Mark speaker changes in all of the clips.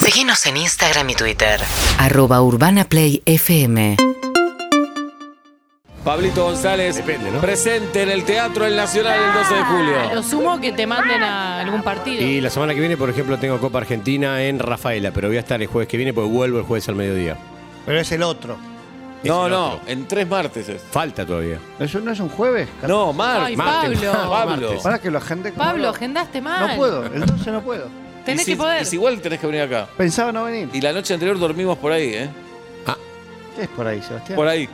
Speaker 1: Seguinos en Instagram y Twitter.
Speaker 2: arroba urbanaplayfm
Speaker 3: Pablito González,
Speaker 4: Depende, ¿no?
Speaker 3: presente en el Teatro El Nacional el 12 de
Speaker 5: Ah, Lo
Speaker 3: julio.
Speaker 5: sumo que te manden a algún partido.
Speaker 4: Y la semana que viene, por ejemplo, tengo Copa Argentina en Rafaela, pero voy a estar el jueves que viene porque vuelvo el jueves al mediodía.
Speaker 6: Pero es el otro.
Speaker 4: Es
Speaker 3: No,
Speaker 4: el
Speaker 3: no,
Speaker 4: otro.
Speaker 3: en tres martes es.
Speaker 4: Falta todavía.
Speaker 6: ¿Eso no es un jueves?
Speaker 3: No, mar,
Speaker 5: Ay,
Speaker 3: martes.
Speaker 5: Pablo.
Speaker 3: Pablo.
Speaker 4: Martes.
Speaker 6: Para que lo agende.
Speaker 5: Pablo, agendaste mal.
Speaker 6: No puedo, el 12 no puedo.
Speaker 5: Tenés
Speaker 3: Y si-
Speaker 5: que poder.
Speaker 3: y si igual tenés que venir acá.
Speaker 6: Pensaba no venir.
Speaker 3: Y la noche anterior dormimos por ahí, ¿eh?
Speaker 6: ¿Qué es por ahí, Sebastián?
Speaker 3: Por ahí.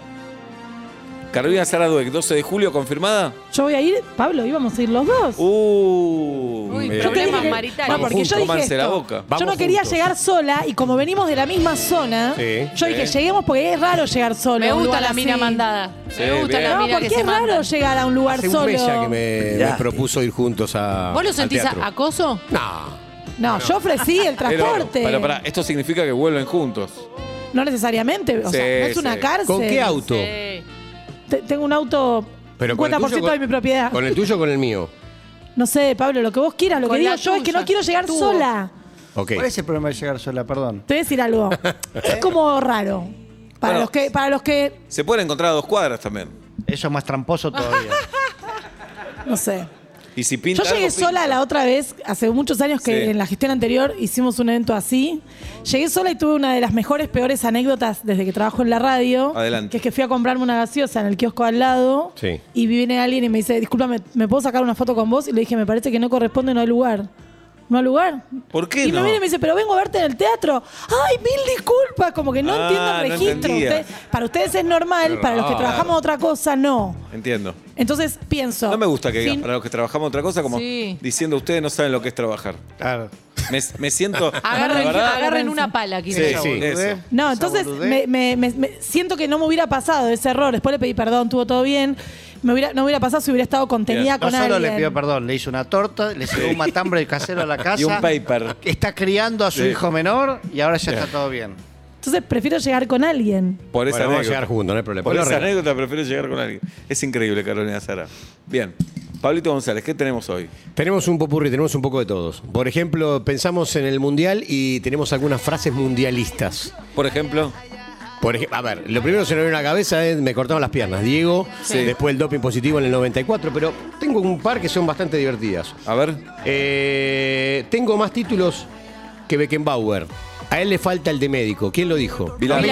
Speaker 3: Carolina Sara Dweck, 12 de julio, confirmada.
Speaker 7: Yo voy a ir, Pablo, íbamos a ir los dos.
Speaker 3: Uh.
Speaker 5: Uy,
Speaker 4: Eh,
Speaker 5: problemas
Speaker 7: Yo
Speaker 5: maritales.
Speaker 7: No,
Speaker 3: Vamos
Speaker 7: porque
Speaker 3: juntos,
Speaker 7: yo dije
Speaker 3: romance la
Speaker 7: esto.
Speaker 3: boca.
Speaker 4: Vamos
Speaker 7: yo no quería
Speaker 4: juntos.
Speaker 7: llegar sola y como venimos de la misma zona,
Speaker 4: Sí.
Speaker 7: yo dije,
Speaker 3: Sí.
Speaker 7: lleguemos porque es raro llegar solo.
Speaker 5: Me
Speaker 7: a un
Speaker 5: gusta
Speaker 7: lugar
Speaker 5: la
Speaker 7: así.
Speaker 5: mina mandada.
Speaker 3: Sí,
Speaker 5: Me gusta
Speaker 3: bien.
Speaker 5: la
Speaker 7: No,
Speaker 5: mina que
Speaker 7: porque
Speaker 5: se
Speaker 7: es raro
Speaker 5: manda.
Speaker 7: llegar a un lugar
Speaker 4: Hace un
Speaker 7: solo.
Speaker 4: mes ya que me, me propuso ir juntos a.
Speaker 5: ¿Vos lo
Speaker 4: al
Speaker 5: sentís
Speaker 4: teatro.
Speaker 5: a- acoso?
Speaker 4: No.
Speaker 7: No, yo ofrecí el
Speaker 3: Pero,
Speaker 7: transporte.
Speaker 3: pero pará, esto significa que vuelven juntos.
Speaker 7: No necesariamente, o
Speaker 3: Sí,
Speaker 7: sea, no es
Speaker 3: sí.
Speaker 7: una cárcel.
Speaker 4: ¿Con qué auto?
Speaker 5: Sí.
Speaker 7: Te- Tengo un auto
Speaker 4: Pero con el
Speaker 7: 50%
Speaker 4: tuyo,
Speaker 7: de
Speaker 4: con-
Speaker 7: mi propiedad.
Speaker 4: ¿Con el tuyo o con el mío?
Speaker 7: No sé, Pablo, lo que vos quieras, lo
Speaker 5: Con
Speaker 7: que digo
Speaker 5: la
Speaker 7: yo es que
Speaker 5: tuya.
Speaker 7: no quiero llegar
Speaker 5: Tuvo.
Speaker 7: sola.
Speaker 4: Ok.
Speaker 6: ¿Cuál es el problema de llegar sola? Perdón.
Speaker 7: Te voy a decir algo. es como raro. Para
Speaker 3: Bueno.
Speaker 7: los que, para los que,
Speaker 3: Se pueden encontrar a dos cuadras también.
Speaker 6: Eso es más tramposo todavía.
Speaker 7: no sé.
Speaker 3: Y si
Speaker 7: Yo
Speaker 3: pinta
Speaker 7: llegué
Speaker 3: algo, pinta.
Speaker 7: sola la otra vez, hace muchos años que
Speaker 3: Sí.
Speaker 7: en la gestión anterior hicimos un evento así. Llegué sola y tuve una de las mejores, peores anécdotas desde que trabajo en la radio.
Speaker 3: Adelante.
Speaker 7: Que es que fui a comprarme una gaseosa en el kiosco al lado.
Speaker 4: Sí.
Speaker 7: Y viene alguien y me dice, discúlpame, ¿me puedo sacar una foto con vos? Y le dije, me parece que no corresponde, no hay lugar. ¿No hay lugar?
Speaker 3: ¿Por qué
Speaker 7: Y
Speaker 3: no?
Speaker 7: me viene y me dice, pero vengo a verte en el teatro. ¡Ay, mil disculpas! Como que no
Speaker 3: Ah, no
Speaker 7: entiendo el registro.
Speaker 3: entendía.
Speaker 7: Ustedes- para ustedes es normal, para los que
Speaker 3: raro.
Speaker 7: trabajamos otra cosa, no.
Speaker 3: Entiendo.
Speaker 7: Entonces pienso.
Speaker 3: No me gusta que digas
Speaker 7: sin-
Speaker 3: para los que trabajamos otra cosa, como
Speaker 5: Sí.
Speaker 3: diciendo ustedes no saben lo que es trabajar.
Speaker 6: Claro.
Speaker 3: Me, me siento. la
Speaker 5: Agarren,
Speaker 3: verdad,
Speaker 5: agarren una pala,
Speaker 3: Sí,
Speaker 5: quizás.
Speaker 4: sí.
Speaker 3: eso.
Speaker 6: Boludez.
Speaker 7: No,
Speaker 6: Esa
Speaker 7: entonces
Speaker 6: boludez.
Speaker 7: me, me- me- me- siento que no me hubiera pasado ese error. Después le pedí perdón, estuvo todo bien. Me hubiera, no hubiera pasado si hubiera estado contenida
Speaker 3: Bien.
Speaker 7: con
Speaker 6: No solo
Speaker 7: alguien.
Speaker 6: le pidió perdón, le hizo una torta, le llegó un matambre casero a la casa.
Speaker 3: Y un paper.
Speaker 6: que Está criando a su
Speaker 3: Sí.
Speaker 6: hijo menor y ahora ya está todo bien.
Speaker 7: Entonces prefiero llegar con alguien.
Speaker 3: Por esa
Speaker 4: Bueno, vamos a
Speaker 3: anécdota.
Speaker 4: llegar juntos, no hay problema.
Speaker 3: Por
Speaker 4: Pero
Speaker 3: esa
Speaker 4: re-
Speaker 3: anécdota prefiero llegar con alguien. Es increíble, Carolina Sara. Bien. Pablito González, ¿qué tenemos hoy?
Speaker 4: Tenemos un popurri, tenemos un poco de todos. Por ejemplo, pensamos en el mundial y tenemos algunas frases mundialistas.
Speaker 3: Por ejemplo,
Speaker 4: Por ejemplo, a ver, lo primero que se me vino a la cabeza es me cortaron las piernas, Diego,
Speaker 3: Sí.
Speaker 4: después el doping positivo en el 94, pero tengo un par que son bastante divertidas.
Speaker 3: a ver.
Speaker 4: Eh, tengo más títulos que Beckenbauer. A él le falta el de médico. ¿Quién lo dijo?
Speaker 3: Bilardo.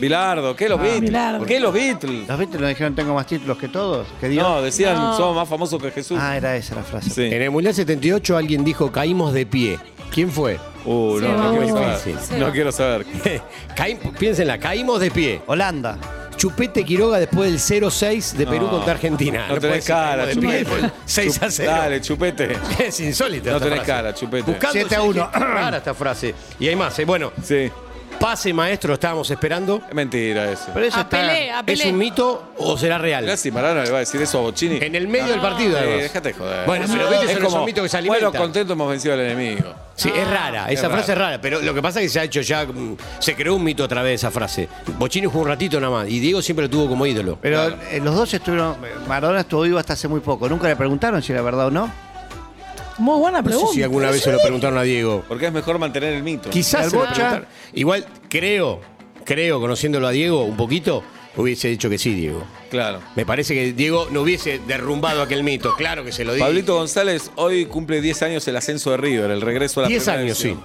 Speaker 5: Bilardo.
Speaker 3: Bilardo,
Speaker 4: Ah,
Speaker 3: ¿qué los Beatles?
Speaker 7: Bilardo.
Speaker 3: ¿Qué los Beatles?
Speaker 6: ¿Los viste? ¿No dijeron tengo más títulos que todos? ¿Que Dios?
Speaker 3: No, decían, somos más famosos que Jesús.
Speaker 6: Ah, era esa la frase.
Speaker 3: Sí.
Speaker 4: En el Mundial 78 alguien dijo caímos de pie. ¿Quién fue?
Speaker 3: Uh, no, no
Speaker 5: vamos.
Speaker 3: quiero saber.
Speaker 4: Difícil.
Speaker 3: No quiero saber.
Speaker 4: Caí- piénsenla, caímos de pie.
Speaker 6: Holanda.
Speaker 4: Chupete Quiroga después del 0-6 de Perú
Speaker 3: No.
Speaker 4: contra Argentina.
Speaker 3: No
Speaker 4: puede
Speaker 3: tenés
Speaker 4: ser,
Speaker 3: cara,
Speaker 4: caímos de
Speaker 3: chupete.
Speaker 4: pie. 6 a 0.
Speaker 3: Dale, chupete.
Speaker 4: Es insólita.
Speaker 3: No
Speaker 4: esta
Speaker 3: tenés
Speaker 4: frase.
Speaker 3: cara, chupete.
Speaker 4: Buscando
Speaker 6: 7 a 1.
Speaker 4: qué Rara esta frase. Y hay más. eh, Bueno,
Speaker 3: Sí.
Speaker 4: pase maestro, estábamos esperando.
Speaker 3: Es mentira eso.
Speaker 6: Pero eso está.
Speaker 5: Apelé, apelé.
Speaker 4: ¿Es un mito o será real?
Speaker 3: Mirá si Marano le va a decir eso a Bocini.
Speaker 4: En el medio del partido,
Speaker 3: Eh,
Speaker 4: además.
Speaker 3: déjate joder.
Speaker 4: Bueno, pero viste,
Speaker 3: es
Speaker 4: son esos
Speaker 3: como,
Speaker 4: mitos que se
Speaker 3: bueno,
Speaker 4: alimentan.
Speaker 3: contento hemos vencido al enemigo.
Speaker 4: Sí, es rara,
Speaker 3: Ah, Es
Speaker 4: esa
Speaker 3: rara.
Speaker 4: frase es rara, pero lo que pasa es que se ha hecho ya, mm, se creó un mito a través de esa frase. Bochini jugó un ratito nada más y Diego siempre lo tuvo como ídolo.
Speaker 6: Pero eh, los dos estuvieron. Maradona estuvo vivo hasta hace muy poco. Nunca le preguntaron si era verdad o no.
Speaker 7: Muy buena
Speaker 4: No
Speaker 7: pregunta.
Speaker 4: sé si alguna vez se lo preguntaron a Diego.
Speaker 3: Porque es mejor mantener el mito.
Speaker 4: Quizás
Speaker 6: Al
Speaker 4: se lo
Speaker 6: Bocha.
Speaker 4: preguntaron. Igual creo, creo, conociéndolo a Diego un poquito, hubiese dicho que sí, Diego.
Speaker 3: Claro.
Speaker 4: Me parece que Diego no hubiese derrumbado aquel mito, claro que se lo digo.
Speaker 3: Pablito González, hoy cumple 10 años el ascenso de River, el regreso a la
Speaker 4: 10
Speaker 3: primera
Speaker 4: años,
Speaker 3: división.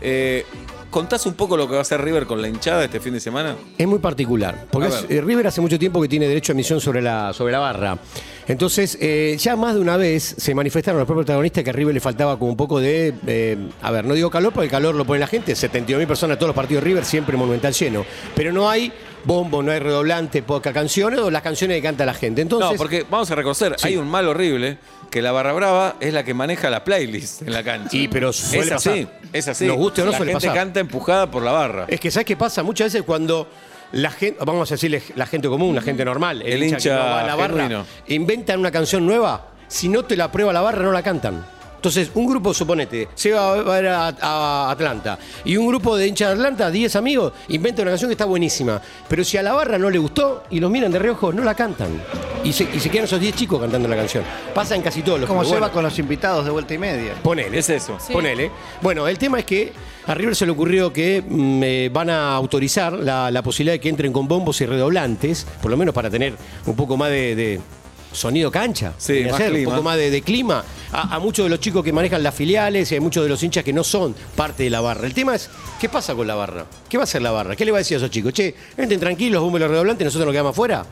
Speaker 3: Eh, ¿Contás un poco lo que va a hacer River con la hinchada este fin de semana?
Speaker 4: Es muy particular, porque
Speaker 3: A
Speaker 4: es-
Speaker 3: ver.
Speaker 4: eh, River hace mucho tiempo que tiene derecho a emisión sobre la, sobre la barra. Entonces, eh, ya más de una vez se manifestaron los propios protagonistas que a River le faltaba como un poco de, eh, a ver, no digo calor, porque el calor lo pone la gente, 72.000 personas, todos los partidos de River, siempre monumental lleno. Pero no hay bombo, no hay redoblante, poca canciones o las canciones que canta la gente. Entonces,
Speaker 3: no, porque vamos a reconocer, hay un mal horrible que la barra brava es la que maneja la playlist en la cancha.
Speaker 4: Y, pero suele
Speaker 3: es así,
Speaker 4: pasar.
Speaker 3: es así.
Speaker 4: Nos guste o no,
Speaker 3: la
Speaker 4: suele
Speaker 3: gente
Speaker 4: pasar.
Speaker 3: canta empujada por la barra.
Speaker 4: es que ¿sabes qué pasa? Muchas veces cuando la gente, vamos a decirle la gente común, la gente normal, el,
Speaker 3: El
Speaker 4: hincha, que
Speaker 3: hincha
Speaker 4: no va a la barra,
Speaker 3: genuino.
Speaker 4: inventan una canción nueva, si no te la prueba la barra, no la cantan. Entonces, un grupo, suponete, se va va a ver a, a Atlanta y un grupo de hinchas de Atlanta, 10 amigos, inventa una canción que está buenísima. Pero si a la barra no le gustó y los miran de reojo, no la cantan. Y se, y se quedan esos 10 chicos cantando la canción. Pasa en casi todos los
Speaker 6: Como
Speaker 4: clubes.
Speaker 6: se va
Speaker 4: Bueno,
Speaker 6: con los invitados de vuelta y media.
Speaker 4: Ponele.
Speaker 3: Es eso.
Speaker 5: Sí.
Speaker 4: Ponele. Bueno, el tema es que a River se le ocurrió que mm, eh, van a autorizar la, la posibilidad de que entren con bombos y redoblantes, por lo menos para tener un poco más de, de sonido cancha,
Speaker 3: Sí,
Speaker 4: viene a
Speaker 3: más
Speaker 4: ser, un
Speaker 3: clima.
Speaker 4: poco más de, de clima, a, a muchos de los chicos que manejan las filiales y a muchos de los hinchas que no son parte de la barra. El tema es, ¿qué pasa con la barra? ¿Qué va a hacer la barra? ¿Qué le va a decir a esos chicos? Che, entren tranquilos, bombos y los redoblantes, nosotros nos quedamos afuera.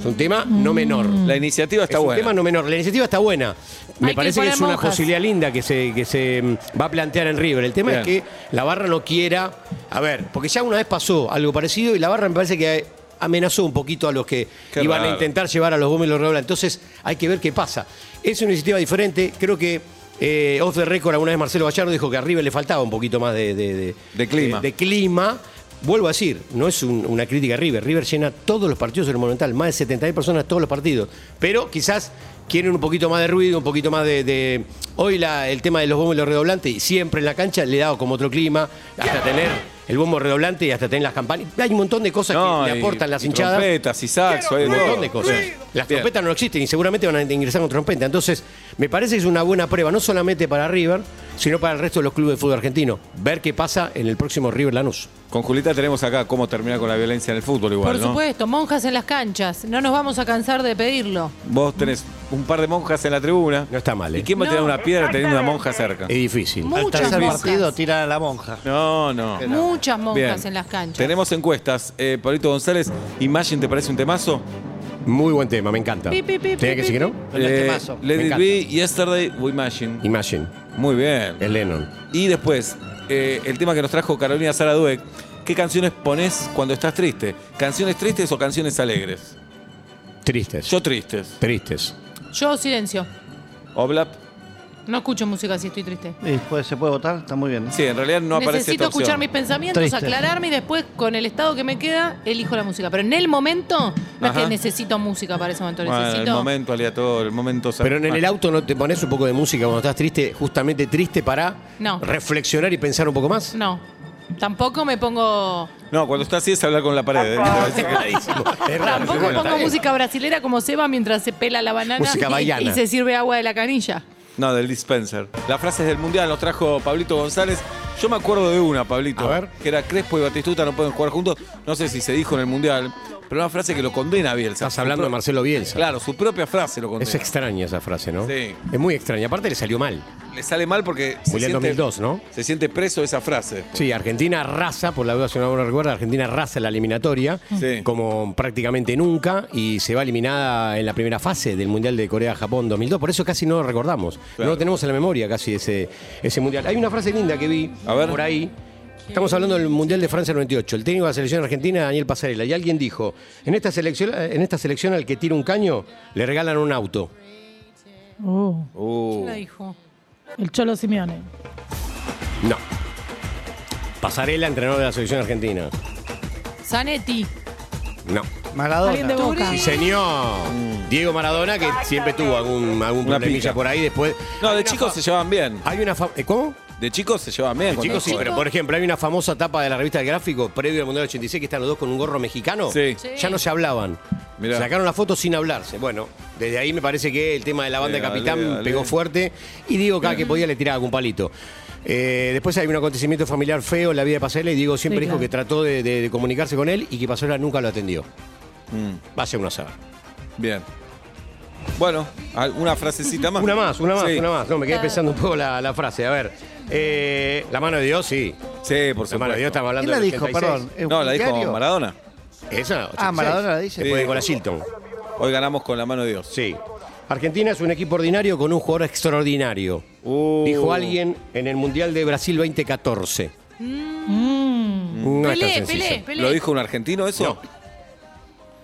Speaker 4: Es un tema no menor
Speaker 3: La iniciativa está
Speaker 4: es un
Speaker 3: buena.
Speaker 4: tema no menor. La iniciativa está buena. Me
Speaker 5: Hay que
Speaker 4: parece que,
Speaker 5: poner
Speaker 4: es una
Speaker 5: monjas.
Speaker 4: posibilidad linda que se, que se mm, va a plantear en River. El tema es que
Speaker 3: Bien.
Speaker 4: la barra no quiera. A ver, porque ya una vez pasó algo parecido y la barra me parece que eh, amenazó un poquito a los que
Speaker 3: Qué
Speaker 4: iban a
Speaker 3: raro.
Speaker 4: intentar llevar a los Gómez y los Reola. Entonces hay que ver qué pasa. Es una iniciativa diferente. Creo que eh, off the record alguna vez Marcelo Gallardo dijo que a River le faltaba un poquito más de, de- de-
Speaker 3: De clima.
Speaker 4: de clima. Vuelvo a decir, no es un- una crítica a River. River llena todos los partidos en el Monumental, más de 70.000 personas todos los partidos. Pero quizás quieren un poquito más de ruido, un poquito más de. de- Hoy la- el tema de los bombos y los redoblantes, y siempre en la cancha le he dado como otro clima, hasta tener el bombo redoblante y hasta tener las campanas. Hay un montón de cosas
Speaker 3: No,
Speaker 4: que le
Speaker 3: y-
Speaker 4: aportan las
Speaker 3: y
Speaker 4: hinchadas.
Speaker 3: Trompetas y saxo. hay
Speaker 4: Un
Speaker 3: de
Speaker 4: montón
Speaker 3: todo.
Speaker 4: de cosas. Las
Speaker 3: Bien.
Speaker 4: trompetas no existen y seguramente van a ingresar con trompeta. Entonces, me parece que es una buena prueba, no solamente para River, sino para el resto de los clubes de fútbol argentino. Ver qué pasa en el próximo River Lanús.
Speaker 3: Con Julita tenemos acá cómo terminar con la violencia en el fútbol igual,
Speaker 5: Por
Speaker 3: ¿no?
Speaker 5: supuesto, monjas en las canchas. No nos vamos a cansar de pedirlo.
Speaker 3: Vos tenés un par de monjas en la tribuna.
Speaker 4: No está mal, ¿eh?
Speaker 3: ¿Y quién va a tirar una piedra teniendo una monja
Speaker 5: Ah.
Speaker 3: cerca?
Speaker 4: Es difícil.
Speaker 6: Al
Speaker 5: Muchas
Speaker 6: tercer
Speaker 5: monjas.
Speaker 6: partido tiran a la monja.
Speaker 3: No, no.
Speaker 5: Muchas monjas
Speaker 3: Bien.
Speaker 5: en las canchas.
Speaker 3: Tenemos encuestas. Eh, Pablito González, Imagine, ¿te parece un temazo?
Speaker 4: Muy buen tema, me encanta.
Speaker 5: Pi, pi,
Speaker 4: ¿Tenía
Speaker 5: pi, pi,
Speaker 4: que decir que
Speaker 5: pi,
Speaker 4: no?
Speaker 6: El
Speaker 3: Eh,
Speaker 6: temazo.
Speaker 3: Let
Speaker 4: Me
Speaker 3: it
Speaker 4: encanta.
Speaker 3: be, Yesterday, We Imagine.
Speaker 4: Imagine,
Speaker 3: Muy bien.
Speaker 4: el Lennon.
Speaker 3: Y después, eh, el tema que nos trajo Carolina Sara Dueck. ¿Qué canciones pones cuando estás triste? ¿Canciones tristes o canciones alegres?
Speaker 4: Tristes.
Speaker 3: Yo tristes.
Speaker 4: Tristes.
Speaker 5: Yo silencio.
Speaker 3: Oblap.
Speaker 5: No escucho música si estoy triste.
Speaker 6: Y después se puede votar, está muy bien.
Speaker 3: Sí, en realidad no aparece
Speaker 5: Necesito
Speaker 3: esta opción.
Speaker 5: escuchar mis pensamientos,
Speaker 6: Triste.
Speaker 5: aclararme y después, con el estado que me queda, elijo la música. Pero en el momento, no es
Speaker 3: Ajá.
Speaker 5: que necesito música para ese momento.
Speaker 3: Bueno,
Speaker 5: Necesito.
Speaker 3: el momento aleatorio, el momento...
Speaker 4: Pero en el
Speaker 3: Ah.
Speaker 4: auto no te pones un poco de música cuando estás triste, justamente triste para
Speaker 5: No.
Speaker 4: reflexionar y pensar un poco más.
Speaker 5: No. Tampoco me pongo.
Speaker 3: No, cuando estás así es hablar con la pared. ¿eh?
Speaker 4: Es Ah, raro,
Speaker 5: Tampoco
Speaker 4: pero bueno,
Speaker 5: pongo
Speaker 4: está bien.
Speaker 5: música brasilera como Seba mientras se pela la banana
Speaker 4: Música
Speaker 5: y-
Speaker 4: baiana.
Speaker 5: y se sirve agua de la canilla.
Speaker 3: No, del dispenser. Las frases del mundial nos trajo Pablito González. Yo me acuerdo de una, Pablito.
Speaker 4: A ver.
Speaker 3: Que era Crespo y Batistuta no pueden jugar juntos. No sé si se dijo en el mundial, pero una frase que lo condena a Bielsa.
Speaker 4: Estás hablando de Marcelo Bielsa.
Speaker 3: Claro, su propia frase lo condena.
Speaker 4: Es extraña esa frase, ¿no?
Speaker 3: Sí.
Speaker 4: Es muy extraña. Aparte le salió mal.
Speaker 3: Le sale mal porque se
Speaker 4: Mundial
Speaker 3: siente,
Speaker 4: 2002, ¿no?
Speaker 3: se siente preso de esa frase.
Speaker 4: Sí, Argentina raza, por la duda si no lo recuerda, Argentina raza la eliminatoria,
Speaker 3: Sí.
Speaker 4: como prácticamente nunca, y se va eliminada en la primera fase del Mundial de Corea-Japón 2002. Por eso casi no lo recordamos. No
Speaker 3: Claro.
Speaker 4: lo tenemos en la memoria casi ese, ese Mundial. Hay una frase linda que vi
Speaker 3: A ver.
Speaker 4: por ahí. Estamos hablando del Mundial de Francia 98. El técnico de la selección argentina, Daniel Pasarela. Y alguien dijo, en esta selección, en esta selección al que tira un caño, le regalan un auto.
Speaker 7: Uh,
Speaker 3: Uh.
Speaker 5: La dijo.
Speaker 7: el Cholo Simeone.
Speaker 4: No. Pasarela, entrenador de la selección argentina.
Speaker 5: Zanetti.
Speaker 4: No.
Speaker 7: Alguien
Speaker 6: Maradona.
Speaker 7: de Boca.
Speaker 4: Sí, señor. Diego Maradona, que siempre tuvo algún, algún
Speaker 3: Una
Speaker 4: problemilla
Speaker 3: pica.
Speaker 4: por ahí después.
Speaker 3: No,
Speaker 4: Hay
Speaker 3: de
Speaker 4: una
Speaker 3: chicos
Speaker 4: fa-
Speaker 3: se llevan bien.
Speaker 4: Hay una fa- eh, ¿Cómo?
Speaker 3: De chicos se llevan bien.
Speaker 4: De
Speaker 3: cuando
Speaker 4: chicos sí,
Speaker 3: juegan.
Speaker 4: pero por ejemplo, hay una famosa tapa de la revista El Gráfico, previo al Mundial 86, que están los dos con un gorro mexicano.
Speaker 3: Sí.
Speaker 5: Sí.
Speaker 4: Ya no se hablaban.
Speaker 3: Mirá.
Speaker 4: Sacaron la foto sin hablarse. Bueno, desde ahí me parece que el tema de la banda de
Speaker 3: Dale,
Speaker 4: Capitán
Speaker 3: dale.
Speaker 4: pegó fuerte y Diego cada que podía le tiraba algún palito. Eh, después hay un acontecimiento familiar feo en la vida de Pasarela y Diego siempre
Speaker 7: Sí,
Speaker 4: dijo
Speaker 7: claro.
Speaker 4: que trató de, de- de comunicarse con él y que Pasarela nunca lo atendió.
Speaker 3: Mm.
Speaker 4: Vaya uno a saber.
Speaker 3: Bien. Bueno, al- una frasecita más.
Speaker 4: Una más, una más,
Speaker 3: Sí.
Speaker 4: una más. No, me quedé pensando un poco la, la frase. A ver. Eh, la mano de Dios, sí.
Speaker 3: Sí, por
Speaker 4: La mano de Dios
Speaker 3: supuesto.
Speaker 4: estamos hablando
Speaker 6: ¿Quién la
Speaker 4: del
Speaker 6: dijo?
Speaker 4: 86.
Speaker 6: Perdón. ¿Es
Speaker 3: No, la
Speaker 6: diario?
Speaker 3: dijo Maradona.
Speaker 4: Esa, 86.
Speaker 6: Maradona la dice.
Speaker 4: Después de
Speaker 3: Sí.
Speaker 4: con la Shilton.
Speaker 3: Hoy ganamos con la mano de Dios.
Speaker 4: Sí. Argentina es un equipo ordinario con un jugador extraordinario.
Speaker 3: Uh.
Speaker 4: Dijo alguien en el Mundial de Brasil 2014. No es tan
Speaker 5: Mm. Pelé,
Speaker 4: sencillo.
Speaker 5: Pelé, Pelé.
Speaker 3: ¿Lo dijo un argentino eso?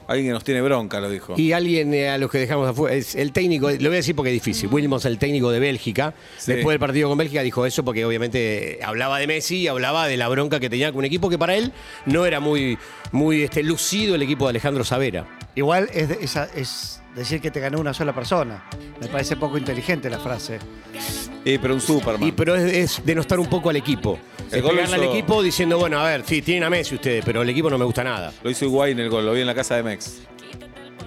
Speaker 3: Alguien que nos tiene bronca lo dijo.
Speaker 4: Y alguien eh, a los que dejamos afuera, es el técnico, lo voy a decir porque es difícil, Wilmos, el técnico de Bélgica,
Speaker 3: Sí.
Speaker 4: después del partido con Bélgica dijo eso porque obviamente eh, hablaba de Messi y hablaba de la bronca que tenía con un equipo que para él no era muy, muy este, lucido el equipo de Alejandro Savera.
Speaker 6: Igual es, de- esa- es decir que te ganó una sola persona. Me parece poco inteligente la frase.
Speaker 3: Eh, pero un Superman.
Speaker 4: Y, pero es, es denostar un poco al equipo.
Speaker 3: El
Speaker 4: Es
Speaker 3: gol
Speaker 4: pegarle al
Speaker 3: hizo-
Speaker 4: equipo diciendo, bueno, a ver, sí, tienen a Messi ustedes, pero el equipo no me gusta nada.
Speaker 3: Lo hizo Higuaín el gol, lo vi en la casa de Mex.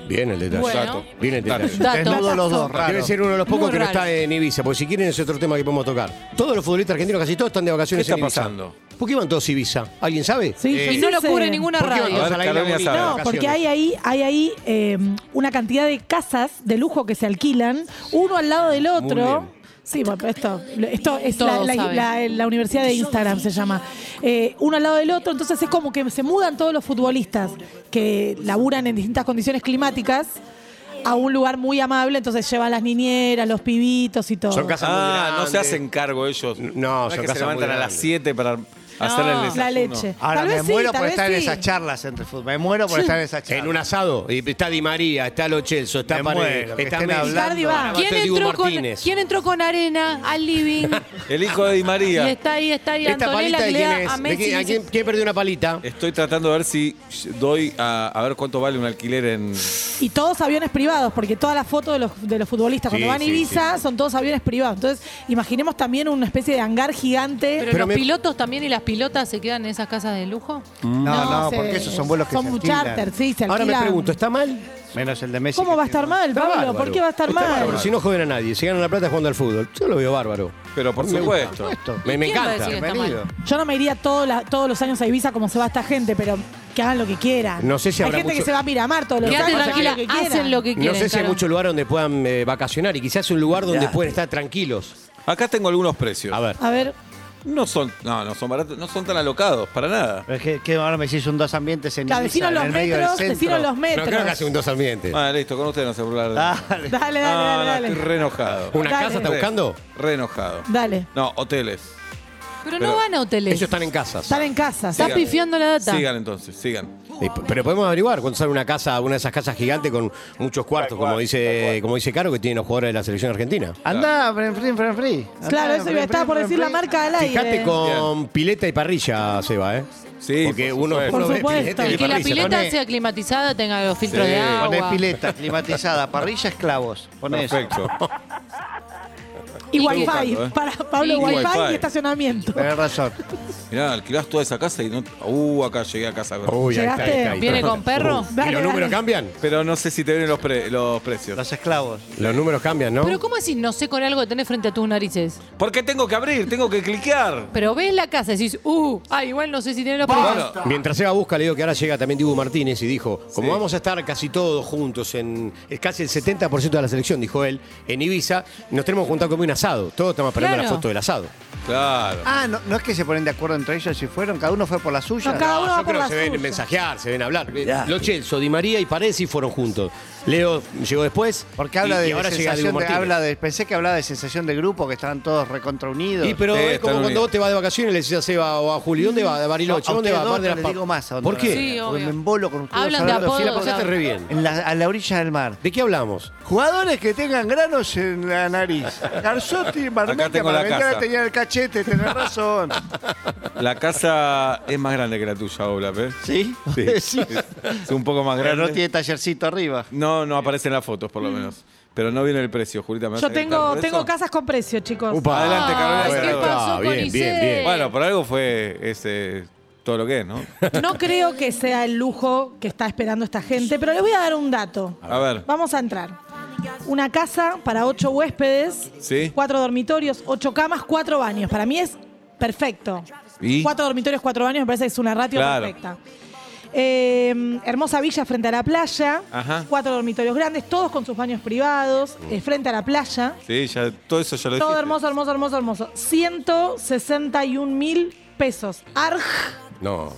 Speaker 4: Bien el detalle.
Speaker 5: Bueno.
Speaker 4: Exacto. Bien el detalle.
Speaker 3: Dato.
Speaker 5: Dato.
Speaker 6: Desnudos los dos, raro.
Speaker 4: Debe ser uno de los pocos
Speaker 5: Muy
Speaker 4: que no
Speaker 5: raro.
Speaker 4: está en Ibiza, porque si quieren es otro tema que podemos tocar. Todos los futbolistas argentinos, casi todos están de vacaciones
Speaker 3: ¿Qué está
Speaker 4: en Ibiza.
Speaker 3: pasando?
Speaker 4: ¿Por qué van todos a Ibiza? ¿Alguien sabe? Eh,
Speaker 7: Sí,
Speaker 5: Y
Speaker 7: sí,
Speaker 5: no lo
Speaker 7: sí.
Speaker 5: cubre ninguna
Speaker 4: ¿Por qué van
Speaker 5: radio.
Speaker 4: todos a la
Speaker 3: A ver,
Speaker 4: isla
Speaker 3: Carolina
Speaker 4: bonita de
Speaker 3: sabe.
Speaker 7: No,
Speaker 4: vacaciones?
Speaker 7: porque hay ahí, hay ahí eh, una cantidad de casas de lujo que se alquilan, uno al lado del otro. Sí, bueno, pero esto, lo- esto es la,
Speaker 5: Todos
Speaker 7: la-
Speaker 5: saben.
Speaker 7: la- la universidad de Instagram, se llama. Eh, uno al lado del otro, entonces es como que se mudan todos los futbolistas que laburan en distintas condiciones climáticas a un lugar muy amable, entonces llevan las niñeras, los pibitos y todo.
Speaker 4: Son casas muy
Speaker 3: Ah, no
Speaker 4: grandes.
Speaker 3: se hacen cargo ellos.
Speaker 4: No,
Speaker 3: es
Speaker 4: son
Speaker 3: que
Speaker 4: casas
Speaker 3: se levantan
Speaker 4: muy
Speaker 3: a las
Speaker 4: grandes.
Speaker 3: 7 para hacer el desayuno.
Speaker 7: la leche.
Speaker 6: Ahora,
Speaker 7: Tal
Speaker 6: me
Speaker 7: vez sí,
Speaker 6: muero
Speaker 7: tal
Speaker 6: por
Speaker 7: vez
Speaker 6: estar en
Speaker 7: sí.
Speaker 6: esas charlas entre fútbol. Me muero por estar en esas charlas.
Speaker 4: En un asado. Y está Di María, está Lo Celso, está
Speaker 6: Me
Speaker 4: Paredes,
Speaker 6: muero, que
Speaker 4: está
Speaker 6: estén
Speaker 4: Messi.
Speaker 6: hablando.
Speaker 7: Icardi va.
Speaker 4: Aparte
Speaker 5: ¿Quién
Speaker 4: de Dibu
Speaker 5: entró, con,
Speaker 4: Martínez.
Speaker 5: ¿Quién entró con arena al living?
Speaker 3: El hijo de Di
Speaker 5: y
Speaker 3: María.
Speaker 5: está ahí, está ahí
Speaker 4: ¿Esta palita
Speaker 5: Antonella que
Speaker 4: de
Speaker 5: le
Speaker 4: quién
Speaker 5: da a
Speaker 4: es? ¿De
Speaker 5: Messi.
Speaker 4: quién,
Speaker 5: y
Speaker 4: a
Speaker 5: dice,
Speaker 4: quién- quién perdió una palita?
Speaker 3: Estoy tratando de ver si doy a, a ver cuánto vale un alquiler en.
Speaker 7: Y todos aviones privados, porque todas las fotos de los, de los futbolistas cuando
Speaker 4: Sí,
Speaker 7: van a
Speaker 4: sí,
Speaker 7: Ibiza son todos aviones privados. Entonces, imaginemos también una especie de hangar gigante.
Speaker 5: Pero,
Speaker 4: Pero
Speaker 5: los
Speaker 4: me-
Speaker 5: pilotos también y las pilotas se quedan en esas casas de lujo.
Speaker 6: No, no,
Speaker 7: se-
Speaker 6: porque esos son vuelos que
Speaker 7: son
Speaker 6: se
Speaker 7: Son
Speaker 6: alquilan.
Speaker 7: charter, sí, se
Speaker 4: Ahora me
Speaker 7: alquilan.
Speaker 4: pregunto, ¿este ¿está mal?
Speaker 6: Menos el de Messi.
Speaker 7: ¿Cómo
Speaker 6: que
Speaker 7: va a estar
Speaker 6: tiene-
Speaker 7: mal,
Speaker 4: Está
Speaker 7: Pablo?
Speaker 4: bárbaro.
Speaker 7: ¿Por qué va a estar
Speaker 4: Está
Speaker 7: mal?
Speaker 4: bárbaro, Si no joden a nadie, si ganan la plata jugando al fútbol. Yo lo veo bárbaro.
Speaker 3: Pero por
Speaker 4: Me gusta.
Speaker 3: supuesto.
Speaker 4: Me, me
Speaker 5: ¿Quién va a
Speaker 4: encanta.
Speaker 5: decir que está mal?
Speaker 6: Bienvenido.
Speaker 7: Yo no me iría todo la- todos los años a Ibiza como se va esta gente, pero que hagan lo que quieran.
Speaker 4: No sé si
Speaker 7: Hay
Speaker 4: habrá
Speaker 7: gente
Speaker 4: mucho-
Speaker 7: que se va a Miramar todos los
Speaker 5: Quédate
Speaker 7: años.
Speaker 5: tranquila,
Speaker 7: hagan lo que
Speaker 5: hacen lo que quieren.
Speaker 4: No sé si hay
Speaker 5: Caro.
Speaker 4: mucho lugar donde puedan eh, vacacionar y quizás un lugar donde
Speaker 6: Ya.
Speaker 4: pueden estar tranquilos.
Speaker 3: Acá tengo algunos precios.
Speaker 4: A ver.
Speaker 7: A ver,
Speaker 3: No son, no, no son baratos, no son tan alocados, para nada.
Speaker 6: Pero es que, que ahora me decís un dos ambientes en,
Speaker 7: claro,
Speaker 6: Ibiza,
Speaker 7: decinos
Speaker 6: en
Speaker 7: los
Speaker 6: el medio
Speaker 7: metros,
Speaker 6: del
Speaker 7: decinos
Speaker 6: centro.
Speaker 7: los metros.
Speaker 4: No creo que hace un dos ambientes.
Speaker 3: Ah, listo, con ustedes no se burlar. de-
Speaker 6: Dale.
Speaker 7: Dale,
Speaker 3: Ah,
Speaker 7: dale, dale,
Speaker 3: no,
Speaker 7: dale.
Speaker 3: estoy re enojado.
Speaker 4: ¿Una
Speaker 7: Dale.
Speaker 4: casa está buscando?
Speaker 3: Re, re enojado.
Speaker 7: Dale.
Speaker 3: No, hoteles.
Speaker 5: Pero,
Speaker 3: Pero
Speaker 5: no van a hoteles.
Speaker 4: Ellos están en casas.
Speaker 7: Están en casa.
Speaker 5: Está
Speaker 3: Sigan.
Speaker 5: pifiando la data.
Speaker 3: Sigan entonces, sigan.
Speaker 4: Eh, p- Pero podemos averiguar cuánto sale una casa, una de esas casas gigantes con muchos cuartos, como dice, como dice Caro, que tienen los jugadores de la selección argentina.
Speaker 6: Anda, Fren Fren Fren Free.
Speaker 7: Claro, eso iba a estar por decir la marca al aire.
Speaker 4: Fijate con pileta y parrilla, Seba, ¿eh?
Speaker 3: Sí,
Speaker 4: Porque
Speaker 3: por supuesto.
Speaker 4: uno, uno ve
Speaker 7: Por supuesto.
Speaker 4: pileta
Speaker 5: Y
Speaker 4: y
Speaker 5: que la
Speaker 4: parrilla.
Speaker 5: pileta
Speaker 4: Poné-
Speaker 5: sea climatizada, tenga los filtros
Speaker 3: Sí.
Speaker 5: de
Speaker 6: Poné
Speaker 5: agua.
Speaker 6: pileta climatizada, parrilla esclavos. Poné eso.
Speaker 3: Perfecto.
Speaker 7: Y
Speaker 3: Estoy
Speaker 7: wifi.
Speaker 3: buscando, ¿eh?
Speaker 7: Para Pablo,
Speaker 5: Y
Speaker 7: wifi,
Speaker 3: wifi.
Speaker 7: y estacionamiento.
Speaker 6: Tenés razón.
Speaker 3: Mirá, alquilás toda esa casa y no. Uh, acá llegué a casa.
Speaker 4: Uy, ahí está, ahí está, ahí
Speaker 5: ¿Viene
Speaker 4: está.
Speaker 5: con perro?
Speaker 4: ¿Y
Speaker 7: Dale,
Speaker 4: los
Speaker 7: dale.
Speaker 4: números cambian?
Speaker 3: Pero no sé si te vienen los, pre- los precios.
Speaker 6: Los esclavos.
Speaker 4: Los números cambian, ¿no?
Speaker 5: Pero ¿cómo decís no sé con algo que tenés frente a tus narices?
Speaker 3: Porque tengo que abrir, tengo que cliquear.
Speaker 5: Pero ves la casa y decís, uh, ah, igual no sé si tiene los
Speaker 3: Bueno,
Speaker 5: precios.
Speaker 4: Mientras Seba busca, le digo que ahora llega también Dibu Martínez y dijo, como vamos a estar casi todos juntos, en es casi el 70% de la selección, dijo él, en Ibiza, nos tenemos que juntar como un asado. Todos estamos esperando
Speaker 5: Claro.
Speaker 4: la foto del asado.
Speaker 3: claro.
Speaker 6: Ah, no, no es que se ponen de acuerdo entre ellos si fueron, cada uno fue por la suya.
Speaker 7: No, cada uno va
Speaker 4: Yo
Speaker 7: por
Speaker 4: creo
Speaker 7: la
Speaker 4: que se ven
Speaker 7: suya.
Speaker 4: mensajear, se ven hablar. Lo Chelso, Di María y Paresi fueron juntos. Leo llegó después.
Speaker 6: Porque habla
Speaker 4: y-
Speaker 6: de,
Speaker 4: y ahora llega Dibu
Speaker 6: sensación de,
Speaker 4: Martínez.
Speaker 6: habla de. Pensé que hablaba de sensación de grupo, que estaban todos recontra unidos.
Speaker 4: Y pero
Speaker 3: Sí,
Speaker 4: es
Speaker 3: están
Speaker 4: como cuando
Speaker 3: unidos.
Speaker 4: vos te vas de vacaciones le decís a Seba o a Julio, ¿dónde vas? ¿De Bariloche?
Speaker 6: No, a
Speaker 4: ¿Dónde
Speaker 6: ustedes
Speaker 4: vas?
Speaker 6: dos
Speaker 4: Mar de las
Speaker 6: no les
Speaker 4: Pa-
Speaker 6: digo más a dónde
Speaker 4: ¿Por
Speaker 6: van.
Speaker 4: qué?
Speaker 5: Sí,
Speaker 6: Porque
Speaker 5: obvio.
Speaker 6: me embolo con ustedes.
Speaker 5: Hablan de
Speaker 6: hablando
Speaker 4: Si la
Speaker 5: Todos,
Speaker 4: pasaste
Speaker 5: ya.
Speaker 4: re bien.
Speaker 6: en la- a la orilla del mar.
Speaker 4: ¿De qué hablamos?
Speaker 6: Jugadores que tengan granos en la nariz. Garzotti, Marmeta,
Speaker 3: tengo la casa.
Speaker 6: Marmeta tenía el cachete, tenés razón.
Speaker 3: La casa es más grande que la tuya, Oblap, ¿eh?
Speaker 6: ¿Sí?
Speaker 3: Sí.
Speaker 6: Sí.
Speaker 3: Es un poco más
Speaker 6: Pero
Speaker 3: grande.
Speaker 6: no tiene tallercito arriba.
Speaker 3: No, no aparecen las fotos, por lo menos. Pero no viene el precio, Julita. ¿me vas a
Speaker 7: Yo
Speaker 3: gritar
Speaker 7: tengo,
Speaker 3: por
Speaker 7: tengo
Speaker 3: eso?
Speaker 7: casas con precio, chicos.
Speaker 4: Upa.
Speaker 3: Adelante, Carolina.
Speaker 5: Ay, Ah, ¿Qué
Speaker 3: Sarador.
Speaker 5: pasó con
Speaker 4: Ah, bien, bien,
Speaker 5: Isel?
Speaker 4: bien.
Speaker 3: Bueno, por algo fue ese, todo lo que es, ¿no?
Speaker 7: No creo que sea el lujo que está esperando esta gente, pero les voy a dar un dato.
Speaker 3: A ver.
Speaker 7: Vamos a entrar. Una casa para ocho huéspedes,
Speaker 3: Sí.
Speaker 7: cuatro dormitorios, ocho camas, cuatro baños. Para mí es perfecto.
Speaker 3: ¿Y?
Speaker 7: Cuatro dormitorios, cuatro baños, me parece que es una ratio
Speaker 3: Claro.
Speaker 7: perfecta. Eh, hermosa villa frente a la playa,
Speaker 3: Ajá.
Speaker 7: cuatro dormitorios grandes, todos con sus baños privados, eh, frente a la playa.
Speaker 3: Sí, ya, todo eso ya lo
Speaker 7: Todo
Speaker 3: dijiste.
Speaker 7: hermoso, hermoso, hermoso, hermoso. 161 mil pesos. Arg
Speaker 4: No.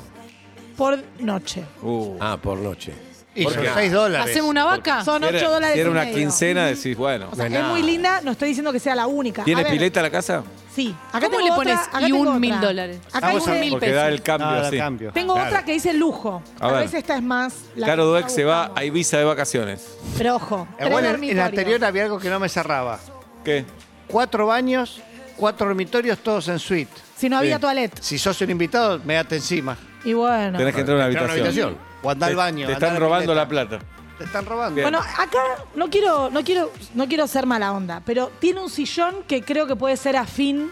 Speaker 7: por noche.
Speaker 3: Uh.
Speaker 4: Ah, por noche.
Speaker 6: Y
Speaker 3: ¿Por
Speaker 6: son
Speaker 3: qué?
Speaker 6: 6 dólares.
Speaker 5: ¿Hacemos una vaca?
Speaker 7: Son
Speaker 3: Si era-
Speaker 7: 8 dólares.
Speaker 3: si era
Speaker 7: y
Speaker 3: una
Speaker 7: medio.
Speaker 3: quincena, decís, bueno.
Speaker 7: O sea, es muy linda, no estoy diciendo que sea la única.
Speaker 3: ¿Tiene
Speaker 7: A ver,
Speaker 3: pileta la casa?
Speaker 7: Sí. Acá
Speaker 5: ¿Cómo
Speaker 7: tengo
Speaker 5: le pones
Speaker 7: otra, acá
Speaker 5: y
Speaker 7: tengo
Speaker 5: un
Speaker 7: otra.
Speaker 5: mil dólares?
Speaker 7: Acá
Speaker 5: Vamos
Speaker 7: hay
Speaker 5: a
Speaker 7: una-
Speaker 5: mil
Speaker 3: Porque
Speaker 5: pesos.
Speaker 3: da el cambio
Speaker 6: No, la
Speaker 3: así.
Speaker 6: cambio.
Speaker 7: Tengo otra que dice lujo.
Speaker 3: A
Speaker 7: Tal
Speaker 3: ver.
Speaker 7: vez esta es más. la
Speaker 3: Caro
Speaker 7: que
Speaker 3: Dueck se va
Speaker 7: buscamos.
Speaker 3: a Ibiza de vacaciones.
Speaker 7: Pero ojo,
Speaker 6: Eh,
Speaker 7: tres
Speaker 6: bueno, en el
Speaker 7: dormitorios.
Speaker 6: anterior había algo que no me cerraba.
Speaker 3: ¿Qué?
Speaker 6: Cuatro baños, cuatro dormitorios, todos en suite.
Speaker 7: Si no había
Speaker 3: Sí.
Speaker 7: toilet.
Speaker 6: Si sos un invitado, me date encima.
Speaker 7: Y bueno.
Speaker 3: Tenés que entrar a una
Speaker 4: Entrar a una
Speaker 3: habitación.
Speaker 4: habitación.
Speaker 6: O andá al baño.
Speaker 3: Te
Speaker 6: andá a
Speaker 3: están
Speaker 6: la
Speaker 3: robando
Speaker 6: pileta.
Speaker 3: la plata.
Speaker 6: Te están robando.
Speaker 3: Bien.
Speaker 7: Bueno, acá no quiero, no quiero, no quiero ser mala onda, pero tiene un sillón que creo que puede ser afín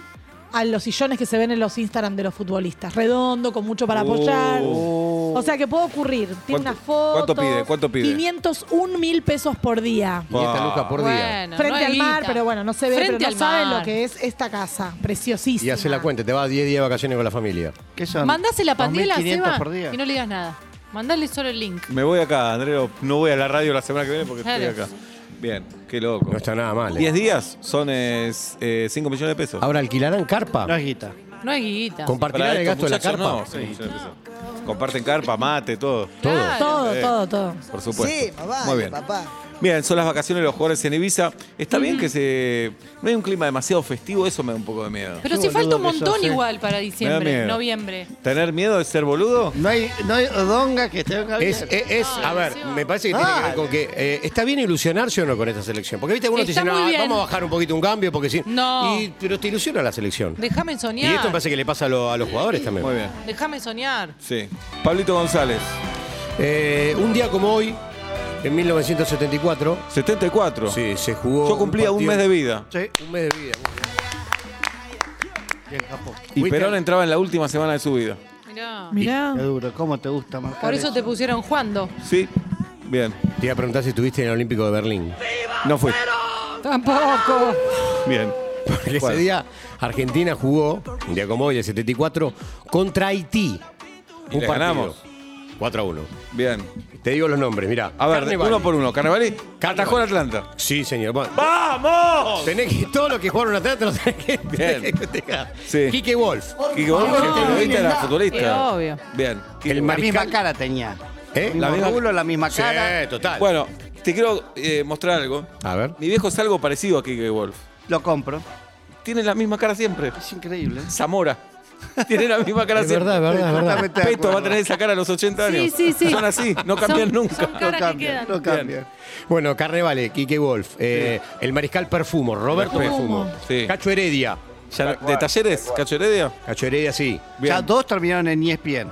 Speaker 7: a los sillones que se ven en los Instagram de los futbolistas. Redondo, con mucho para apoyar.
Speaker 3: Oh.
Speaker 7: O sea que puede ocurrir. Tiene
Speaker 3: ¿Cuánto-
Speaker 7: una foto.
Speaker 3: cuánto pide? ¿Cuánto pide?
Speaker 7: 501 mil pesos por día.
Speaker 4: Y esta
Speaker 3: Wow.
Speaker 4: luca por día.
Speaker 5: Bueno,
Speaker 7: Frente
Speaker 5: no
Speaker 7: al mar,
Speaker 5: evita.
Speaker 7: pero bueno, no se ve,
Speaker 5: Frente
Speaker 7: pero
Speaker 5: al
Speaker 7: no saben
Speaker 5: mar.
Speaker 7: lo que es esta casa. Preciosísima.
Speaker 4: Y hace la cuenta, te vas 10 días de vacaciones con la familia.
Speaker 6: ¿Qué son?
Speaker 5: Mandase la pandela,
Speaker 6: 2.500
Speaker 5: Seba,
Speaker 6: por día.
Speaker 5: y no le digas nada. Mandale solo el link.
Speaker 3: Me voy acá, Andreo. No voy a la radio la semana que viene porque estoy
Speaker 5: Claro.
Speaker 3: acá. Bien, qué loco.
Speaker 4: No está nada mal. eh.
Speaker 3: 10 días son 5 millones de pesos.
Speaker 4: Ahora alquilarán carpa.
Speaker 6: No es guita.
Speaker 5: No hay guita.
Speaker 3: Para
Speaker 4: Compartirán el
Speaker 3: estos
Speaker 4: gasto de la
Speaker 3: muchachos,
Speaker 4: carpa.
Speaker 3: no, cinco millones de pesos. Comparten carpa, mate, todo.
Speaker 5: Claro.
Speaker 7: Todo,
Speaker 3: Eh.
Speaker 7: todo, todo.
Speaker 3: Por supuesto.
Speaker 8: Sí, papá,
Speaker 3: Muy bien.
Speaker 8: papá.
Speaker 3: Bien, son las vacaciones de los jugadores en Ibiza. Está bien que se. No hay un clima demasiado festivo, eso me da un poco de miedo.
Speaker 5: Pero
Speaker 6: Qué
Speaker 5: si
Speaker 6: boludo
Speaker 5: falta un
Speaker 6: que sos,
Speaker 5: montón
Speaker 6: eh.
Speaker 5: igual para diciembre,
Speaker 3: miedo.
Speaker 5: noviembre.
Speaker 3: ¿Tener miedo de ser boludo?
Speaker 6: No hay, no hay odonga que esté venga
Speaker 4: Es,
Speaker 6: bien.
Speaker 4: es- es- a ver, me parece que tiene que ver con que eh, está bien ilusionarse o no con esta selección. Porque viste, algunos te
Speaker 5: Está
Speaker 4: dicen,
Speaker 5: muy
Speaker 4: "Ah,
Speaker 5: bien".
Speaker 4: vamos a bajar un poquito un cambio, porque si.
Speaker 5: No.
Speaker 4: Y- pero te ilusiona la selección.
Speaker 5: Déjame
Speaker 4: Y
Speaker 5: soñar.
Speaker 4: esto me parece que le pasa a, lo- a los jugadores también.
Speaker 3: Muy bien.
Speaker 5: Déjame soñar.
Speaker 3: Sí. Pablito González,
Speaker 4: Eh, un día como hoy, en 1974,
Speaker 3: 74.
Speaker 4: sí, se jugó.
Speaker 3: Yo cumplía un,
Speaker 4: partido-
Speaker 3: mes de vida.
Speaker 6: Sí.
Speaker 4: Un mes de vida.
Speaker 6: Y el capó.
Speaker 3: Y
Speaker 4: Fuiste
Speaker 3: Perón
Speaker 4: al-
Speaker 3: entraba en la última semana de su vida.
Speaker 5: Mirá.
Speaker 7: Mirá.
Speaker 6: Qué duro. ¿Cómo te gusta marcar
Speaker 5: Por eso te pusieron Juando.
Speaker 3: Sí. Bien.
Speaker 4: Te iba a preguntar si estuviste en el Olímpico de Berlín.
Speaker 3: No fui.
Speaker 5: Tampoco.
Speaker 3: Bien.
Speaker 4: Porque
Speaker 3: Bueno.
Speaker 4: ese día Argentina jugó, un día como hoy, el 74, contra Haití.
Speaker 3: Y le ganamos.
Speaker 4: 4 a 1.
Speaker 3: Bien.
Speaker 4: Te digo los nombres, mirá.
Speaker 3: A ver, de-
Speaker 4: Carnevale.
Speaker 3: uno por uno. Carnevali, Cartajón Atlanta.
Speaker 4: Sí, señor. Bueno,
Speaker 3: ¡Vamos!
Speaker 4: tenés que, todos los que jugaron atrás te los tenés que,
Speaker 3: Bien.
Speaker 4: tenés que festejar.
Speaker 3: Sí.
Speaker 4: Quique Wolf.
Speaker 6: Oh,
Speaker 3: Y que vos
Speaker 6: Ay,
Speaker 3: el periodista era
Speaker 5: Qué
Speaker 3: futbolista.
Speaker 5: obvio.
Speaker 3: Bien.
Speaker 4: El
Speaker 6: La
Speaker 4: mariscal.
Speaker 6: misma cara tenía.
Speaker 4: ¿Eh?
Speaker 6: La misma rulo, la misma
Speaker 4: Sí,
Speaker 6: cara.
Speaker 4: total.
Speaker 3: Bueno, te quiero eh, mostrar algo.
Speaker 4: A ver.
Speaker 3: Mi viejo es algo parecido a Kike Wolf.
Speaker 6: Lo compro.
Speaker 3: Tiene la misma cara siempre.
Speaker 6: Es increíble.
Speaker 3: Zamora. Tiene la misma cara
Speaker 4: Es
Speaker 3: siempre.
Speaker 4: verdad, es verdad, es verdad.
Speaker 6: Totalmente de
Speaker 3: Peto va a
Speaker 6: acuerdo.
Speaker 3: tener esa cara a los 80
Speaker 5: Sí,
Speaker 3: años.
Speaker 5: sí, sí.
Speaker 3: Son así, no cambian
Speaker 5: Son-
Speaker 3: nunca.
Speaker 5: Son
Speaker 6: No
Speaker 5: caras que
Speaker 6: cambia,
Speaker 5: quedan.
Speaker 6: no cambia.
Speaker 4: Bueno, Carnevale, Quique Wolf, eh, el mariscal Perfumo, Roberto Perfumo,
Speaker 3: Sí.
Speaker 4: Cacho Heredia.
Speaker 3: Ya- ¿De talleres? ¿Cacho Heredia?
Speaker 4: Cacho Heredia, sí.
Speaker 3: Bien.
Speaker 6: Ya dos terminaron en E ESPN.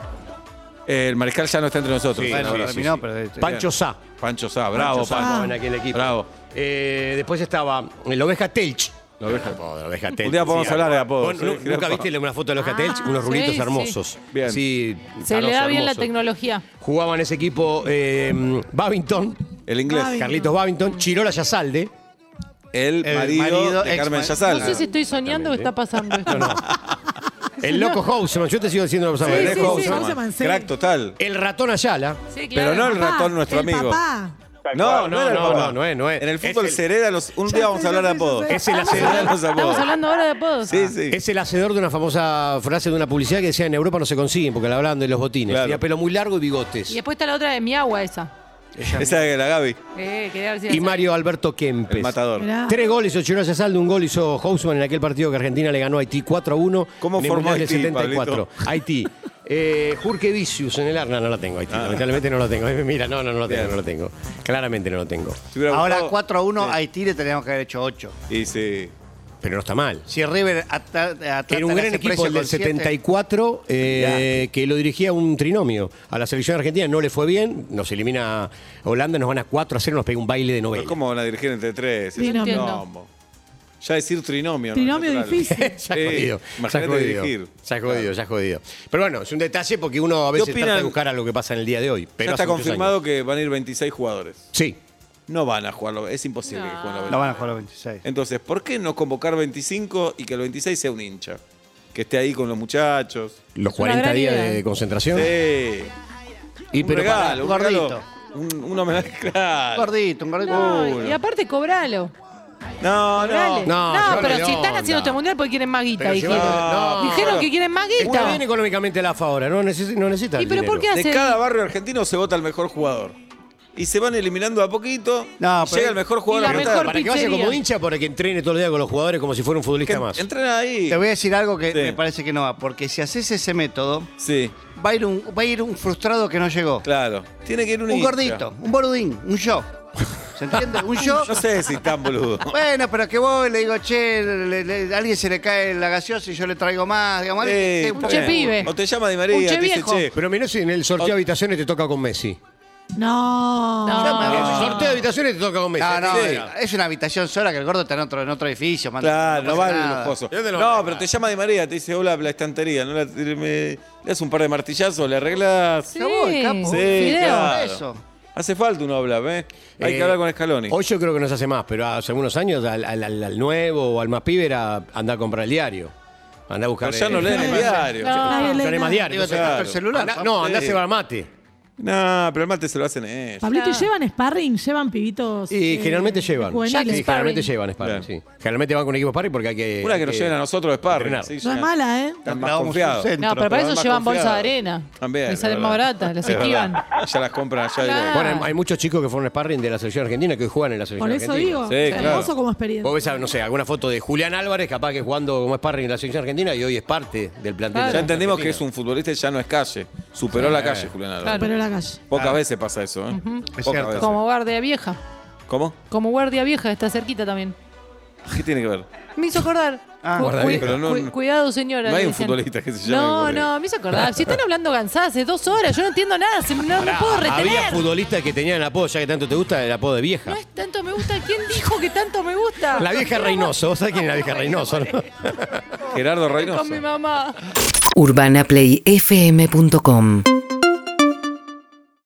Speaker 3: Eh, el mariscal ya no está entre nosotros.
Speaker 4: Sí,
Speaker 3: Ahora
Speaker 6: Bueno,
Speaker 4: sí, sí,
Speaker 6: terminó,
Speaker 4: sí.
Speaker 6: pero... este,
Speaker 4: Pancho Sá.
Speaker 3: Pancho Sá, bravo,
Speaker 4: Pancho Sá,
Speaker 3: Pancho.
Speaker 4: en aquel equipo.
Speaker 3: Bravo.
Speaker 4: Eh, después estaba el Oveja Telch.
Speaker 3: La oveja.
Speaker 4: Oh, la Oveja Telch.
Speaker 3: Un día podemos
Speaker 4: sí,
Speaker 3: hablar de apodos,
Speaker 4: ¿Vos
Speaker 3: sí,
Speaker 4: nu- ¿Nunca
Speaker 3: claro.
Speaker 4: viste una foto de la Oveja Telch? Unos
Speaker 5: Ah, sí,
Speaker 4: rulitos
Speaker 5: sí.
Speaker 4: hermosos.
Speaker 3: Bien.
Speaker 4: Sí,
Speaker 5: Se le da
Speaker 4: canoso,
Speaker 5: bien la
Speaker 4: hermoso.
Speaker 5: tecnología.
Speaker 4: Jugaban ese equipo eh, Babington,
Speaker 3: El inglés.
Speaker 7: Ay.
Speaker 4: Carlitos Babington, Chirola Yasalde.
Speaker 3: El,
Speaker 6: El
Speaker 3: marido,
Speaker 6: marido,
Speaker 3: de
Speaker 6: ex
Speaker 3: Carmen
Speaker 6: mar-
Speaker 3: Yazal.
Speaker 5: No sé si estoy soñando o está pasando esto.
Speaker 4: El loco Houseman. Yo te sigo diciendo los
Speaker 7: Sí,
Speaker 4: nombres.
Speaker 7: sí, sí,
Speaker 3: Houseman.
Speaker 7: Houseman, sí.
Speaker 3: Crack total.
Speaker 4: El ratón Ayala.
Speaker 5: Sí, claro.
Speaker 3: Pero no el ratón, nuestro
Speaker 7: el
Speaker 3: amigo.
Speaker 7: Papá.
Speaker 3: No, no,
Speaker 4: No,
Speaker 3: era el
Speaker 4: no,
Speaker 3: papá.
Speaker 4: no, no es, no es.
Speaker 3: En el
Speaker 4: Es
Speaker 3: fútbol
Speaker 4: el-
Speaker 3: se hereda los. Un día vamos a
Speaker 7: sé,
Speaker 3: hablar de
Speaker 7: ya sé,
Speaker 3: apodos.
Speaker 7: ya
Speaker 4: Es el hacedor.
Speaker 3: Los
Speaker 5: Estamos
Speaker 3: apodos.
Speaker 5: hablando ahora de apodos.
Speaker 3: Sí, sí.
Speaker 4: Es el hacedor de una famosa frase de una publicidad que decía en Europa no se consiguen porque la hablaban de los botines.
Speaker 3: Claro.
Speaker 4: Tenía pelo muy largo y bigotes.
Speaker 5: Y después está la otra de mi agua esa.
Speaker 3: Esa de la Gaby,
Speaker 5: Eh, quería ver si la
Speaker 4: Y Mario Alberto Kempes.
Speaker 3: el matador.
Speaker 7: Mirá.
Speaker 4: Tres goles hizo Chirola Saldo, un gol hizo Houseman en aquel partido que Argentina le ganó a Haití 4 a 1.
Speaker 3: ¿Cómo
Speaker 4: en el
Speaker 3: formó
Speaker 4: Mundial del
Speaker 3: Haití,
Speaker 4: 74. Haití. Eh, Jurke Vicius en el Arna no la tengo, Haití. Lamentablemente no la tengo. Mira, no, no, no la tengo,
Speaker 3: Ah. Bien.
Speaker 4: no la tengo. Claramente no la tengo.
Speaker 3: Si hubiera
Speaker 6: Ahora
Speaker 3: gustado-
Speaker 6: 4 a 1 a Haití le teníamos que haber hecho 8.
Speaker 3: Y sí.
Speaker 4: Pero no está mal.
Speaker 6: Si River Atla- Atlanta
Speaker 4: Era un
Speaker 6: le
Speaker 4: gran
Speaker 6: hace
Speaker 4: equipo
Speaker 6: precio
Speaker 4: el del
Speaker 6: con siete,
Speaker 4: 74 eh, que lo dirigía un trinomio. A la selección argentina no le fue bien, nos elimina Holanda, nos van a 4 a 0, nos pega un baile de
Speaker 3: Pero
Speaker 4: novela.
Speaker 3: ¿Cómo van a dirigir entre tres? Es un
Speaker 7: Trinomio.
Speaker 3: quilombo. Ya decir trinomio. no es
Speaker 7: Trinomio
Speaker 3: natural.
Speaker 7: difícil.
Speaker 4: ya es jodido, ya es
Speaker 3: imagínate
Speaker 4: jodido,
Speaker 3: dirigir.
Speaker 4: ya es jodido, ya es jodido. Pero bueno, es un detalle porque uno a veces
Speaker 3: opinan?
Speaker 4: trata de buscar a lo que pasa en el día de hoy. Pero
Speaker 3: ya está
Speaker 4: hace muchos
Speaker 3: confirmado
Speaker 4: años.
Speaker 3: que van a ir 26 jugadores.
Speaker 4: Sí,
Speaker 3: No van a jugarlo, es imposible que jueguen los
Speaker 6: La
Speaker 3: 26.
Speaker 6: van a jugar los 26.
Speaker 3: Entonces, ¿por qué no convocar 25 y que el 26 sea un hincha? Que esté ahí con los muchachos.
Speaker 4: los
Speaker 5: Es una
Speaker 4: 40
Speaker 5: gran
Speaker 4: días
Speaker 5: idea.
Speaker 4: de concentración.
Speaker 3: Sí.
Speaker 4: Y
Speaker 3: un
Speaker 4: pero
Speaker 3: regalo,
Speaker 6: para-
Speaker 3: un
Speaker 6: gordito.
Speaker 3: regalo. Un, un homenaje, claro.
Speaker 6: Gordito, un gordito.
Speaker 5: No,
Speaker 3: Uno.
Speaker 5: y aparte cobralo.
Speaker 3: No, no.
Speaker 4: no,
Speaker 5: Cobrale. no,
Speaker 4: llévale
Speaker 5: pero si
Speaker 4: onda.
Speaker 5: están haciendo este mundial porque quieren más guita,
Speaker 4: Pero
Speaker 5: dijeron.
Speaker 4: lleva- no.
Speaker 5: Dijeron que quieren más
Speaker 4: Está
Speaker 5: guita.
Speaker 4: bien económicamente la AFA ahora, no necesita. No necesita
Speaker 5: ¿Y
Speaker 4: el
Speaker 5: pero
Speaker 4: dinero.
Speaker 5: por qué
Speaker 3: De
Speaker 5: hacen?
Speaker 3: cada barrio argentino se vota el mejor jugador. Y se van eliminando a poquito.
Speaker 6: No,
Speaker 3: y
Speaker 6: pero-
Speaker 3: llega el mejor jugador
Speaker 5: Y la
Speaker 3: argentino.
Speaker 5: mejor
Speaker 4: Para que vaya como
Speaker 5: pizzería.
Speaker 4: hincha, para que entrene todo el día con los jugadores como si fuera un futbolista más.
Speaker 3: Que entrena ahí.
Speaker 6: Te voy a decir algo que
Speaker 3: Sí.
Speaker 6: me parece que no va, porque si haces ese método,
Speaker 3: Sí,
Speaker 6: va a ir un, va a ir un frustrado que no llegó.
Speaker 3: claro. Tiene que ir un,
Speaker 6: Un
Speaker 3: hincha.
Speaker 6: gordito, un boludín, un yo. ¿Se entiende? Un yo.
Speaker 3: No sé si tan boludo.
Speaker 6: Bueno, pero que voy, le digo, che, le- le- a alguien se le cae la gaseosa y yo le traigo más, digamos. alguien que esté
Speaker 3: Sí,
Speaker 6: un
Speaker 5: un
Speaker 6: poco-
Speaker 5: che pibe.
Speaker 3: O te llama Di
Speaker 5: Un
Speaker 3: María,
Speaker 5: che
Speaker 3: te dice
Speaker 5: viejo.
Speaker 3: che.
Speaker 4: Pero mirá si en el sorteo de habitaciones te toca con Messi.
Speaker 7: No.
Speaker 5: No.
Speaker 4: El sorteo de habitaciones te toca con Messi.
Speaker 3: Ah,
Speaker 6: No, no,
Speaker 4: Sí.
Speaker 6: es una habitación sola que el gordo está en otro, en otro edificio. man.
Speaker 3: Claro, no
Speaker 6: pasa
Speaker 3: vale
Speaker 6: nada.
Speaker 3: los cosos.
Speaker 4: Es de los
Speaker 3: No, pero
Speaker 4: hombres,
Speaker 3: te
Speaker 4: claro.
Speaker 3: llama Di María, te dice, hola, la estantería, no la, me- le das un par de martillazos, le arreglas.
Speaker 5: Sí,
Speaker 6: Me voy, capo.
Speaker 3: Sí,
Speaker 5: fideo.
Speaker 3: claro.
Speaker 6: Eso.
Speaker 3: Hace falta uno hablar, ¿ves? Hay
Speaker 4: Eh,
Speaker 3: que hablar con Scaloni.
Speaker 4: Hoy yo creo que no se hace más, pero hace algunos años al, al- al- al nuevo o al más pibe era andar a comprar el diario. Andar a buscar.
Speaker 3: Pero ya no
Speaker 4: el-
Speaker 3: leen el
Speaker 4: el-
Speaker 3: diario.
Speaker 5: Ah, No.
Speaker 4: Ya
Speaker 7: Nadie
Speaker 4: no
Speaker 7: lee
Speaker 4: hay más
Speaker 7: nada.
Speaker 4: diario.
Speaker 6: Digo, te
Speaker 4: entonces-
Speaker 6: gasto el celular.
Speaker 4: Andá- no, andá a cebar mate.
Speaker 3: No, pero el mate se lo hacen ellos.
Speaker 7: Pablito, ¿y
Speaker 5: Claro.
Speaker 7: llevan sparring? ¿Llevan pibitos?
Speaker 4: Y
Speaker 7: eh,
Speaker 4: generalmente llevan. Sí,
Speaker 7: juveniles?
Speaker 5: Sparring.
Speaker 4: generalmente llevan sparring,
Speaker 3: Bien.
Speaker 4: sí. Generalmente van con equipo sparring porque hay que.
Speaker 3: Una
Speaker 4: hay
Speaker 3: que nos lleven a nosotros es Parry.
Speaker 4: entrenar.
Speaker 3: Sí,
Speaker 7: No
Speaker 3: ya.
Speaker 7: es mala, ¿eh?
Speaker 3: Están más
Speaker 6: Andábamos
Speaker 3: confiados.
Speaker 6: un centro,
Speaker 5: No, pero para
Speaker 3: Están
Speaker 5: eso
Speaker 3: más
Speaker 5: llevan bolsa de
Speaker 3: confiados.
Speaker 5: arena.
Speaker 3: También.
Speaker 5: Les
Speaker 3: es
Speaker 5: salen más
Speaker 3: verdad.
Speaker 5: baratas, las
Speaker 3: Es verdad.
Speaker 5: esquivan.
Speaker 3: Ya las compran allá
Speaker 5: Claro.
Speaker 3: directo.
Speaker 4: Bueno, hay, hay muchos chicos que fueron a sparring de la selección argentina que hoy juegan en la selección
Speaker 7: Por eso
Speaker 4: argentina.
Speaker 7: digo.
Speaker 3: Sí,
Speaker 7: es
Speaker 3: claro.
Speaker 7: Hermoso como experiencia.
Speaker 4: Vos ves, ah, no sé, alguna foto de Julián Álvarez, capaz que jugando como sparring en la selección argentina y hoy es parte del plantel. de
Speaker 3: Ya
Speaker 4: la selección
Speaker 3: entendimos que
Speaker 4: argentina.
Speaker 3: es un futbolista y ya no es calle. Superó la calle, Julián Álvarez.
Speaker 7: Pero en la calle.
Speaker 3: Pocas veces pasa eso, ¿eh? Pocas
Speaker 6: cierto.
Speaker 3: veces.
Speaker 5: Como guardia vieja.
Speaker 3: ¿Cómo?
Speaker 5: Como guardia vieja, está cerquita también.
Speaker 3: ¿Qué tiene que ver?
Speaker 5: Me hizo acordar.
Speaker 6: Ah,
Speaker 5: Cu-
Speaker 3: guardia
Speaker 5: cu-
Speaker 3: vieja. Pero no-
Speaker 5: cu- cuidado, señora.
Speaker 3: no hay
Speaker 5: le
Speaker 3: un
Speaker 5: decían.
Speaker 3: futbolista que se llame eh.
Speaker 5: No,
Speaker 3: guardia.
Speaker 5: no, me hizo acordar. Si están hablando Gansá hace dos horas, yo no entiendo nada. se- no, no
Speaker 4: Pará,
Speaker 5: puedo
Speaker 4: Había
Speaker 5: retener.
Speaker 4: futbolistas que tenían el apodo, ya que tanto te gusta, el apodo de vieja.
Speaker 5: No es tanto me gusta. ¿Quién dijo que tanto me gusta?
Speaker 4: La vieja Reynoso, vos sabés quién es la vieja Reynoso, ¿no?
Speaker 3: Gerardo
Speaker 5: Con mi
Speaker 3: Reynoso.
Speaker 5: mamá.
Speaker 2: urbanaplayfm.com